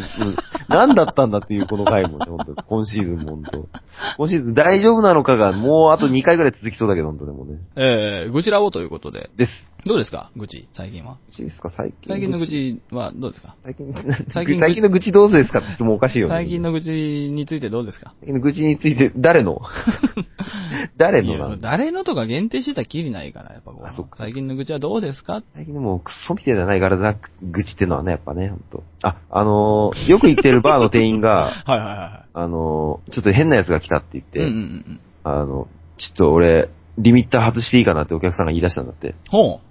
S2: 何だったんだっていう、この回もね、本当今シーズンも本当今シーズン大丈夫なのかが、もうあと2回ぐらい続きそうだけど、本当でもね。
S1: えー、愚痴ラボということで、
S2: です。
S1: どうですか愚痴、最近は。
S2: 愚痴ですか最近。
S1: 最近の愚。痴はどうですか
S2: 最近、
S1: 最
S2: 最
S1: 近
S2: 近の愚痴どうですかって人もおかしいよ ね。
S1: 最近の愚痴についてどうですか
S2: 最近の愚痴について、誰の誰
S1: い
S2: の
S1: や
S2: な
S1: そうん
S2: だ
S1: 誰のとか限定してたらきりないから、やっぱこ
S2: あそっ
S1: う
S2: か。
S1: 最近の愚痴はどうですか
S2: 最近でもクソみたいじゃないからだ、愚痴ってのはね、やっぱね、ほんと。あ、あのーよく行ってるバーの店員が、
S1: はいはいは
S2: あのーちょっと変な奴が来たって言っ
S1: い。
S2: て、
S1: うんうんうん。
S2: あの、ちょっと俺、リミッター外していいかなってお客さんが言い出したんだって。
S1: ほう。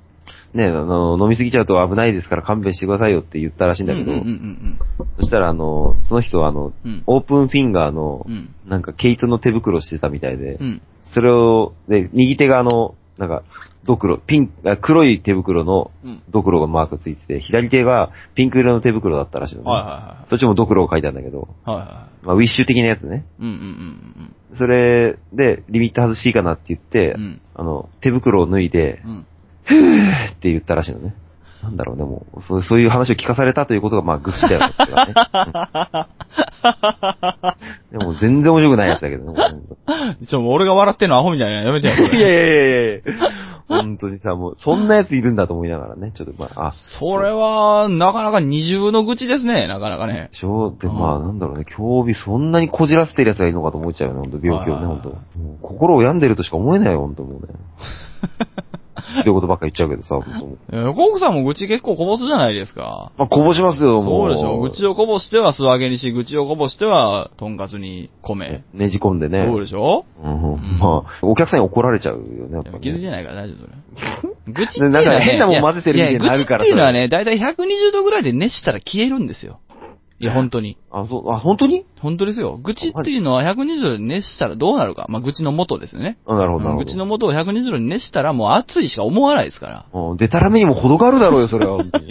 S2: ねあの、飲みすぎちゃうと危ないですから勘弁してくださいよって言ったらしいんだけど、
S1: うんうんうん
S2: そしたらあの、その人はあの、
S1: うん。うん。
S2: オープンフィンガーの
S1: う、ん。
S2: なんか毛糸の手袋してたみたいで、
S1: うん。
S2: それを、で、右手があの、なんか、ドクロ、ピン、あ黒い手袋の
S1: うん。
S2: ドクロがマークついてて、左手がピンク色の手袋だったらしいのね。
S1: はいは
S2: どっちもドクロを書いたんだけど、
S1: いはい。はいは
S2: まあ、ウィッシュ的なやつね。
S1: い。うんうんうん
S2: それで、リミット外していいかなって言って、
S1: うん。うん。
S2: あの、手袋を脱いで、
S1: うん。
S2: って言ったらしいのね。なんだろうね、もう、そうそういう話を聞かされたということが、まあ、愚痴だよね。それはね うんでも、全然面白くないやつだけどね、ほんと
S1: ちょ、もう俺が笑ってんのアホみたいなのやめてよ。こ
S2: い
S1: れ
S2: やいやい やいや本当にさ、もう、そんなやついるんだと思いながらね、ちょっと、まあ、あ、
S1: それは、なかなか二重の愚痴ですね、なかなかね。
S2: しょうで、まあ、なんだろうね、興味そんなにこじらせてるやつがいるのかと思っちゃうよね、ほんと、病気をね、ほんと。
S1: は
S2: もう心を病んでるとしか思えないよ、ほんと、もう ね。ひどいことばっか言っちゃうけどさ、ほんともう。
S1: えーコークさんも愚痴結構こぼすじゃないですか。
S2: まあ、こぼしますよ、
S1: そうう
S2: も。
S1: でしょ。愚痴をこぼしては素揚げにし、愚痴をこぼしては、とんかつに米。
S2: ねじ込んでね。
S1: そうでしょ
S2: うんうんまあ、お客さんに怒られちゃうよね、やっ
S1: い
S2: ぱ、
S1: や
S2: ね。
S1: 気づいてないから大丈夫 それ。愚痴っていうの
S2: ねな
S1: は、
S2: んか
S1: ね、
S2: 変なもん混ぜてるみたいに
S1: やや
S2: なるから
S1: 愚痴っていうのはね、だいたい120度ぐらいで熱したら消えるんですよ。いや、本当に。
S2: あ、そう、あ、本当に
S1: 本当ですよ。愚痴っていうのは120度で熱したらどうなるか。まあ、愚痴の元ですね。
S2: あ、なる
S1: う
S2: ほど、なる
S1: ん
S2: ほ
S1: 愚
S2: ど。
S1: 痴の元を120度に熱したらもう熱いしか思わないですから。
S2: うん、でたらめにも程があるだろうよ、それは。本当に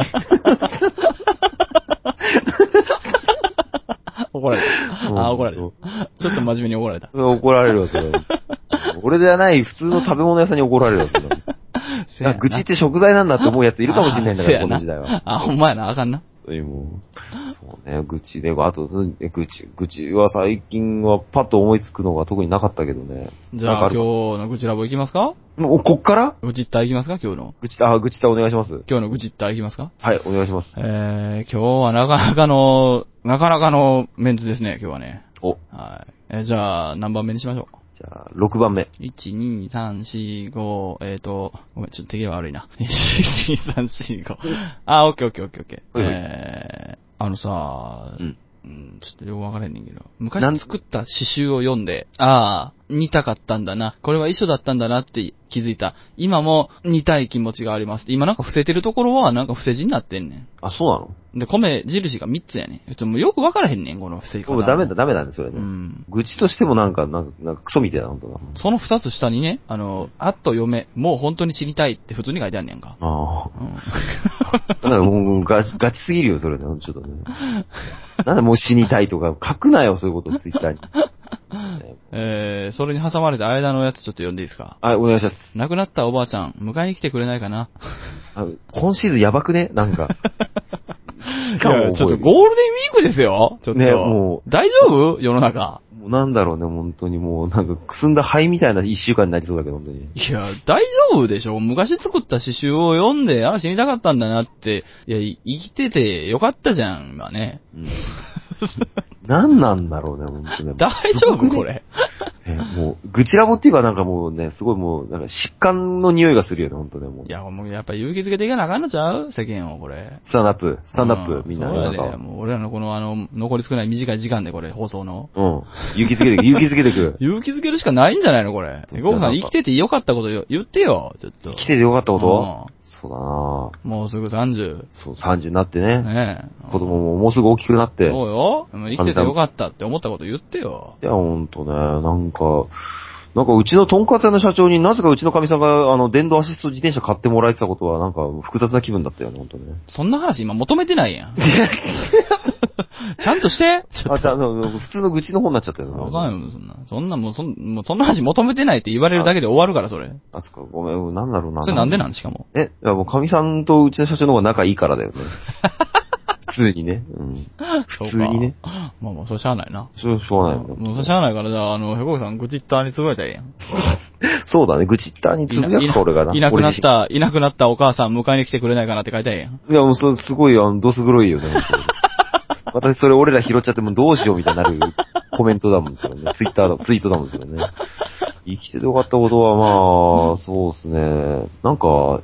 S1: 怒られ
S2: うん
S1: た。 あ、怒られた。ちょっと真面目に怒られた。
S2: それは怒られるわ、それは。俺じゃない、普通の食べ物屋さんに怒られるわ、それは。
S1: せやな
S2: 愚痴って食材なんだって思うやついるかもしれないんだか
S1: あ
S2: ら、
S1: せ
S2: こ
S1: やな
S2: の時代は。
S1: あ、ほんまやな、あかんな。
S2: 本当にもうそうね、愚痴で、あと、うんえ愚痴、愚痴は最近はパッと思いつくのが特になかったけどね。
S1: じゃあ
S2: なんかある
S1: 今日の愚痴ラボ行きますか
S2: もうこっから
S1: 愚痴った行きますか今日の。
S2: 愚痴た、あ、愚痴たお願いします。
S1: 今日の愚痴った行きますか
S2: はい、お願いします。
S1: えー、今日はなかなかの、なかなかのメンツですね、今日はね。
S2: お、
S1: はい。えーじゃあ、何番目にしましょう
S2: じゃあ、6番目。
S1: 1、2、3、4、5、えっ、ー、と、ごめん、ちょっと手際悪いな。1、2、3、4、5。あ、オッケーオッケーオッケーオッケー。
S2: はいはい
S1: えー、あのさ、
S2: うん
S1: うんちょっとよくわからへんねんけど。
S2: なん
S1: 昔作った詩集を読んで、ああ、似たかったんだな。これは遺書だったんだなって気づいた。今も似たい気持ちがあります。今なんか伏せてるところはなんか伏せ字になってんね
S2: あ、そうなの
S1: ん。で、米印が3つやねん。ちょっともうよくわからへんねん、この伏せ
S2: で
S1: 方。
S2: もダメだ、。ダメだね、それ
S1: う
S2: ね。
S1: ん。
S2: 愚痴としてもなんか、なんか、なんかクソみたいな、本当だ。
S1: その二つ下にね、あの、あっと嫁、もう本当に知りたいって普通に書いてあんねやんか。
S2: あ
S1: うん、
S2: あ。 なんかもう、ガチ、ガチすぎるよ、それね、ちょっとね。なんでもう死にたいとか、書くなよ、そういうこと、ツイッターに。ね
S1: えー、それに挟まれた間のやつちょっと読んでいいですか
S2: はい、お願いします。
S1: 亡くなったおばあちゃん、迎えに来てくれないかな
S2: あ今シーズンやばくねなんか。
S1: いや、ち
S2: かも
S1: ょっとゴールデンウィークですよちょっと。
S2: ねもう
S1: 大丈夫世の中。
S2: もうなんだろうね、本当にもう、なんか、くすんだ灰みたいな一週間になりそうだけど、本当に。
S1: いや、大丈夫でしょ昔作った詩集を読んで、あ、死にたかったんだなって、いや、い生きててよかったじゃん、今ね。
S2: うん。何なんだろうね、本当ね。
S1: 大丈夫
S2: すごくね
S1: これ。
S2: ねもう、愚痴ラボっていうかなんかもうね、すごいもう、なんか疾患の匂いがするよね、本当ね、もう
S1: い。や、もうやっぱ勇気づけていかなあかんのちゃう世間を、これ。
S2: スタンダップ、スタンダッ
S1: う
S2: プ、みんな。
S1: そうや
S2: なん
S1: で、
S2: か
S1: もう俺らのこのあの、残り少ない短い時間でこれ、放送の。
S2: うん。勇気づけてく、勇気づけ てく。
S1: 勇気づけるしかないんじゃないのこれ。
S2: そう
S1: ゴーさん
S2: なん
S1: 生
S2: か
S1: きててよかったことよ言ってよ、ちょっと。
S2: 来ててよかったことそうだなぁ。
S1: うんもうすぐ30。
S2: そう、30になってね。
S1: ねえ。
S2: 子供ももうすぐ大きくなって。
S1: そうよ。もう生きててよかったって思ったこと言ってよ。
S2: いや、ほんとね、なんか、なんかうちのトンカツ屋の社長になぜかうちの神さんが、あの、電動アシスト自転車買ってもらえてたことは、なんか複雑な気分だったよね、ほんとね。
S1: そんな話今求めてないやん。 ちゃんとして。ちょ
S2: あ、
S1: っ
S2: じゃあ、あの普通の愚痴の方になっちゃったよ
S1: と。
S2: ね。
S1: わかんないよ、そんな。そんなもう、そんもうそんな話求めてないって言われるだけで終わるから、それ。
S2: あ、そっか、ごめん、なんだろうな。
S1: それなんでなんしかも。
S2: え、いやもう神さんとうちの社長の方が仲いいからだよ ね。普通にね。うん。普通にね
S1: そうか。まあまあ、そうしゃあないな。
S2: そう、しょうがないよ
S1: もう
S2: ね。
S1: そうしゃあないから、じゃあ、あの、ヘコさん、グチッターにつぶやいたらええやん。
S2: そうだね、愚痴ったにつぶや
S1: い
S2: く
S1: な
S2: か、俺が
S1: いなくなっ。
S2: 俺
S1: た、いなくなったお母さん迎えに来てくれないかなって書いたらええやん。
S2: 自身いや、もうそう、すごい、あの、どす黒いよね。本 当に私、それ俺ら拾っちゃってもうどうしようみたいになるコメントだもん、それね。ツイッターだ、ツイートだもん、それね。い生きててよかったことは、まあ、そうですね。なんか、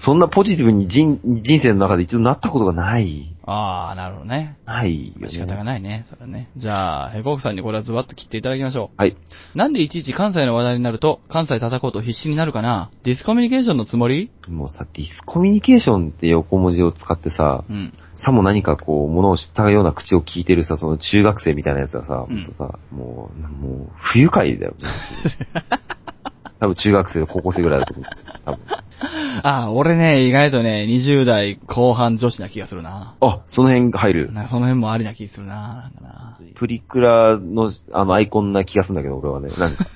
S2: そ、そんなポジティブに人、人生の中で一度なったことがない。
S1: ああ、なるほどね。
S2: ないよね。
S1: 仕方がないね。それはね。じゃあ、ヘコクさんにこれはズバッと切っていただきましょう。
S2: はい。
S1: なんでいちいち関西の話題になると、関西叩こうと必死になるかなディスコミュニケーションのつもり
S2: もうさ、ディスコミュニケーションって横文字を使ってさ、
S1: うん。
S2: さも何かこう、ものを知ったような口を聞いてるさ、その中学生みたいなやつがさ、
S1: う
S2: ほ
S1: ん
S2: んとさ、もう、もう、不愉 快だよね。多分中学生、高校生ぐらいだと思う。多分。
S1: ああ、俺ね、意外とね、20代後半女子な気がするな。
S2: あ、その辺入る。
S1: なんかその辺もありな気するな。なんかな
S2: プリクラの、あの、アイコンな気がするんだけど、俺はね。な んか。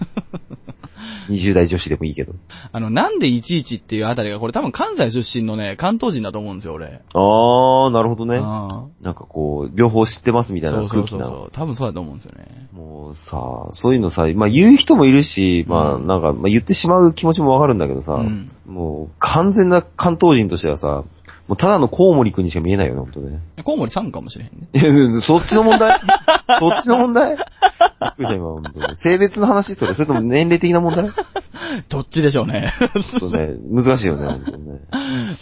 S2: 20代女子でもいいけど。
S1: あの、なんでいちいちっていうあたりが、これ多分関西出身のね、関東人だと思うんですよ、俺。
S2: あー、なるほどね。
S1: あ
S2: なんかこう、両方知ってますみ
S1: あ
S2: たい
S1: そ
S2: な
S1: うそ
S2: 空
S1: う
S2: 気
S1: そう
S2: な
S1: そう。多分そうだと思うんですよね。
S2: もうさ、そういうのさ、まあ言う人もいるし、まあ
S1: うん
S2: なんか、まあ言ってしまう気持ちもわかるんだけどさ、
S1: うん
S2: もう完全な関東人としてはさ、もうただのコウモリ君にしか見えないよね、ほんとね。
S1: コウモリさんかもしれへんね。
S2: いやそっちの問 題そっちの問題びっくりした今、ほんと性別の話それそれとも年齢的な問題
S1: どっちでしょうね。
S2: ちょっとね、難しいよね、ほんとね。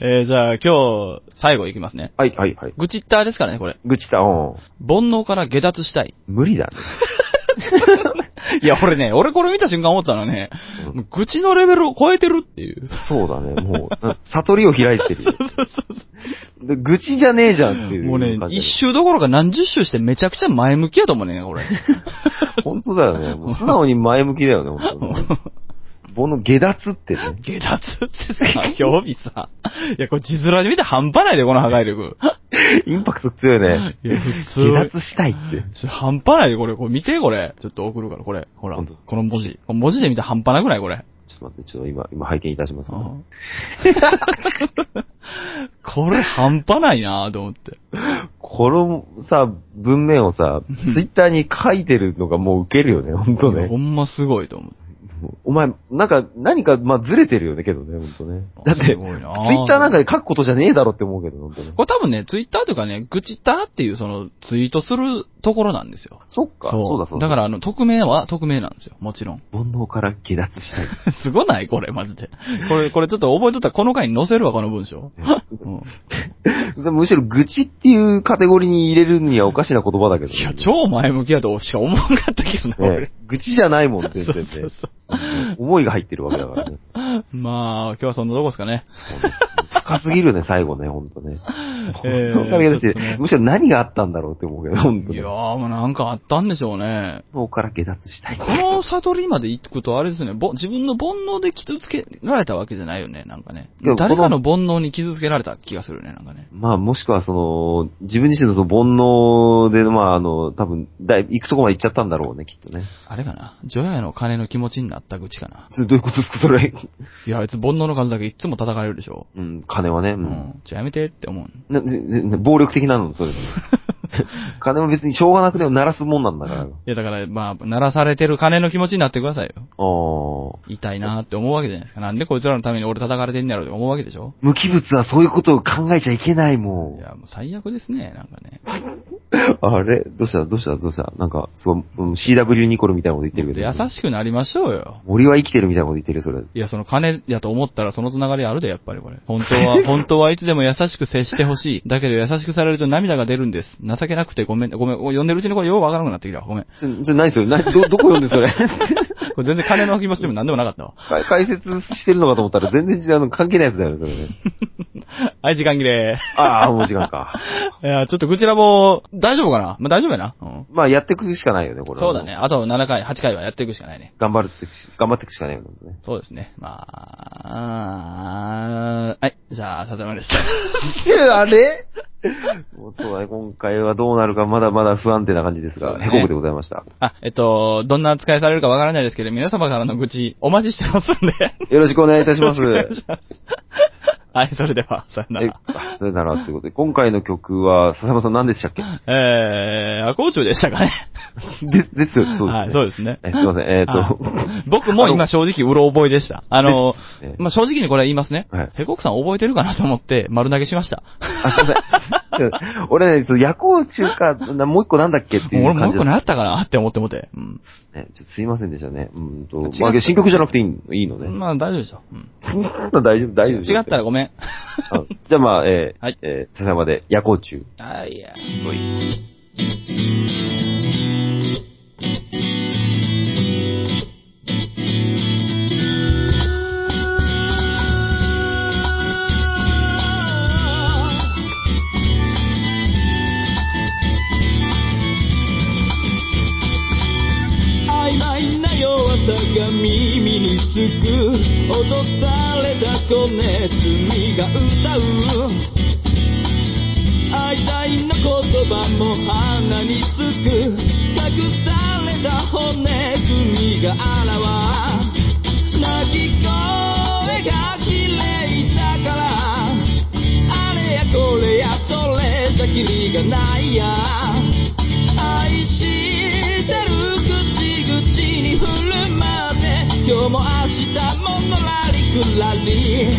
S1: えー、じゃあ今日、最後いきますね。
S2: はい、はい、はい。
S1: 愚痴ッターですからね、これ。
S2: 愚痴だ、うん。
S1: 煩悩から下脱したい。
S2: 無理だね。
S1: いや、俺ね、俺これ見た瞬間思ったのはね、もう愚痴のレベルを超えてるっていう。
S2: そうだね、もう、 な悟りを開いてるよ。で愚痴じゃねえじゃんっていう。
S1: もうね、一周どころか何十周してめちゃくちゃ前向きやと思うねん、これ。
S2: 本当だよね。もう素直に前向きだよね、本当に。ボの下脱っ てね。
S1: 下脱ってさ、興味さ。いや、これ字面で見て半端ないで、この破壊力。
S2: インパクト強いね。
S1: いや、普通。
S2: 下脱したいって。
S1: ちょ半端ないで、これ、これ見て、これ。ちょっと送るから、これ。ほら、
S2: ほんと
S1: この文字。この文字で見たら半端なくない、これ。
S2: ちょっと待って、ちょっと今、今拝見いたします、ね。
S1: これ半端ないなぁと思って。
S2: このさ、文面をさ、ツイッターに書いてるのがもうウケるよね、本当
S1: いやほ
S2: ね。
S1: んますごいと思う。
S2: お前、なんか、何か、まあ、ずれてるよね、けどね、本当ね。だって、ツ
S1: す
S2: イ
S1: ごいな
S2: ッターなんかで書くことじゃねえだろって思うけど、本当ね。
S1: これ多分ね、ツイッターというかね、愚痴ったっていうそのツイートするところなんですよ。
S2: そっか、そうだそうだ。
S1: だからあの、匿名は匿名なんですよ。もちろん。
S2: 煩悩から下脱したい。
S1: すごないこれ、マジで。こ れ、これちょっと覚えとったらこの回に載せるわ、この文章。うん
S2: で もむしろ愚痴っていうカテゴリーに入れるにはおかしな言葉だけどね。
S1: いや、超前向きやとしか思わんかったけどな、俺
S2: ね。愚痴じゃないもん、全然ね。
S1: そうそう
S2: 思いが入ってるわけだからね。
S1: まあ、今日はそんなとこですかね。
S2: 深すぎるね、最後ね、ほんとね。
S1: えー
S2: 本当にありがたい
S1: ちょっとね
S2: むしろ何があったんだろうって思うけど、ほんと
S1: い
S2: に
S1: やー、。もうなんかあったんでしょうね。
S2: 脳から下脱したい。
S1: この悟りまで行くと、あれですね、ぼ自分の煩悩で傷つけられたわけじゃないよね、なんかね
S2: いや。
S1: 誰かの
S2: こ
S1: 煩悩に傷つけられた気がするね、なんかね。
S2: まあ、もしくは、その、自分自身のその煩悩で、まあ、あの、多分、だい行くとこまで行っちゃったんだろうね、きっとね。
S1: あれかな。除夜の金の気持ちになった口かな。
S2: それどういうことですか、それ。
S1: いや、あいつ煩悩の数だけいつも叩かれるでしょ。
S2: うん、金はね。う。
S1: うんん。じゃあやめてって思う。
S2: なねね暴力的なの、それ。金も別にしょうがなくても鳴らすもんなんだから。あ
S1: いや、だから、まあ、鳴らされてる金の気持ちになってくださいよ。
S2: あ。
S1: 痛いなーって思うわけじゃないですか。なんでこいつらのために俺叩かれてんねやろって思うわけでしょ
S2: 無機物はそういうことを考えちゃいけないも
S1: い
S2: ん。
S1: や、もう最悪ですね、なんかね。
S2: あれどうしたどうしたどうしたなんか、すごい、うん、CW ニコルみたいなこと言ってるけど。
S1: 優しくなりましょうよ。
S2: 森は生きてるみたいなこと言ってるよ、それ。
S1: いや、その金やと思ったらそのつながりあるで、やっぱり これ。本当は、本当はいつでも優しく接してほしい。だけど優しくされると涙が出るんです。情けなくてごめん、ごめん、呼んでるうちにこれようわからなくなってきたわ。ごめん。
S2: それ、それ何それなど、どこ読んでそれ
S1: こ れ全然金の気持ちでも何でもなかったわ。
S2: か解説してるのかと思ったら全然違うの関係ないやつだよね、それね。
S1: はい、時間切れ。
S2: ああ、もう時間か。
S1: いや、ちょっとグチラボ、大丈夫かなまあ、大丈夫やな。うん。
S2: まあ、やっていくしかないよね、これは
S1: そうだね。。あと7回、8回はやっていくしかないね。
S2: 頑張るってくし、頑張っていくしかないよね。本
S1: そうですね。まあ、はい。じゃあ、さてまでした。
S2: 当ねあれもうそうだね、今回はどうなるかまだまだ不安定な感じです
S1: そう
S2: が、
S1: だね
S2: へこむでございました。
S1: あ、えっと、どんな扱いされるかわからないですけど、皆様からの愚痴、お待ちしてますんで。
S2: よろしくお願いいたし ます。
S1: よろしくお願いしますはい、それでは、さよな
S2: え
S1: ら。、
S2: あそれならということで、今回の曲は、笹山さん何でしたっけ
S1: えー、アコーチュでしたかね。
S2: です、ですよ、そうです、ね。
S1: はい、そうですね。
S2: えすいません、えっ、と、
S1: はい僕も今正直うろ覚えでした。あの
S2: ですね、
S1: まあ、正直にこれは言いますね
S2: はい。
S1: ヘコクさん覚えてるかなと思って丸投げしました。
S2: あ、すいません。 俺ね、その夜行中華、なもう一個なんだっけって
S6: もう
S2: い
S6: 俺
S2: う
S6: もう
S2: 感
S6: 一
S2: じ
S6: 個
S2: だ
S6: 何やったかなって思って思って。うん。
S2: ね、ちょっとすいませんでしたね。うんと、
S6: 違った
S2: まあ、新曲じゃなくていいのいい のね。
S6: まあ大丈夫でしょ。うん。
S2: 大丈夫、大丈
S6: 違
S2: 夫。
S6: ったらごめん。
S2: あじゃあまあ、えー、
S6: はい
S2: えー、笹山で夜行中。
S6: あいや。
S1: 曖昧な弱さが耳につく脅された子ネズミが歌う愛戴の言葉も鼻につく隠された骨ネズミが現泣き声が綺麗だからあれやこれやそれじゃキリがないや愛してる口々に振るまで今日も明日ものらりくらり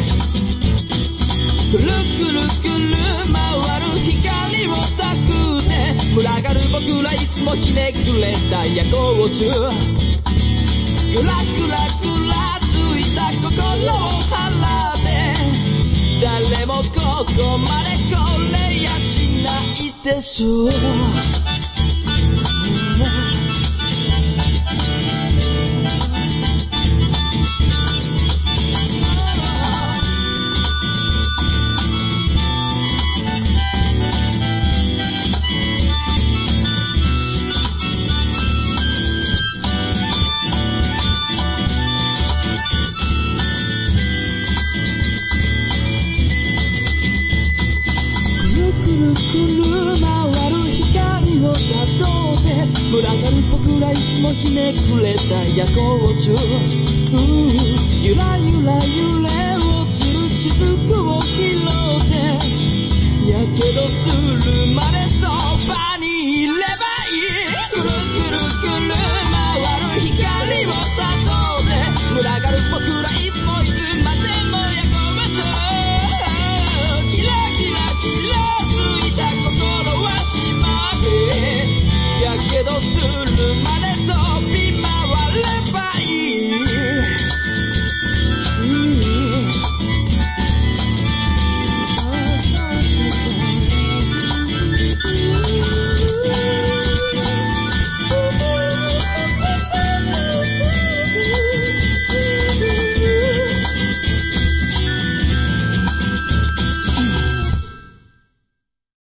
S1: くるくるくる回る光を咲くね群がる僕らいつもひねくれた夜行中ぐらぐらぐらついた心を払って誰もここまで来れやしないでしょう